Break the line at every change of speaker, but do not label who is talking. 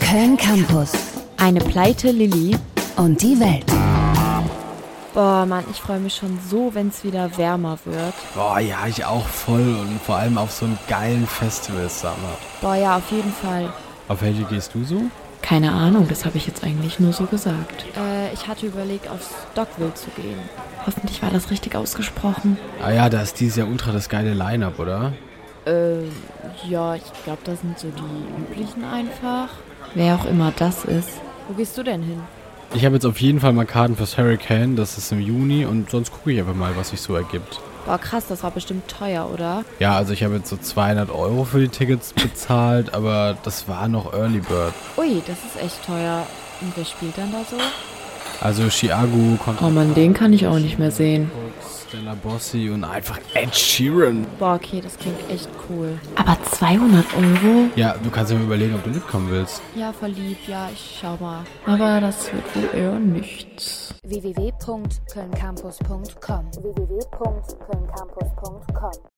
Köln Campus
Eine Pleite Lilly.
und die Welt.
Boah, Mann, ich freue mich schon so, wenn es wieder wärmer wird.
Boah, ja, ich auch voll und vor allem auf so einem geilen Festival-Summer.
Boah, ja, auf jeden Fall.
Auf welche gehst du so?
Keine Ahnung, das habe ich jetzt eigentlich nur so gesagt.
Äh, ich hatte überlegt, aufs Dockville zu gehen.
Hoffentlich war das richtig ausgesprochen.
Ah ja, da ist dieses Jahr ultra das geile Line-Up, oder?
Äh, ja, ich glaube, das sind so die üblichen einfach.
Wer auch immer das ist.
Wo gehst du denn hin?
Ich habe jetzt auf jeden Fall mal Karten fürs Hurricane, das ist im Juni und sonst gucke ich einfach mal, was sich so ergibt.
Boah, krass, das war bestimmt teuer, oder?
Ja, also ich habe jetzt so 200 Euro für die Tickets bezahlt, aber das war noch Early Bird.
Ui, das ist echt teuer. Und wer spielt dann da so?
Also Chiago, Contra
Oh Mann, den kann ich auch nicht mehr sehen.
Fox, Stella Bossi und einfach Ed Sheeran.
Boah, okay, das klingt echt cool.
Aber 200 Euro?
Ja, du kannst dir mal überlegen, ob du mitkommen willst.
Ja, verliebt, ja, ich schau mal.
Aber das wird wohl eher nichts.
www.kölncampus.com www.kölncampus.com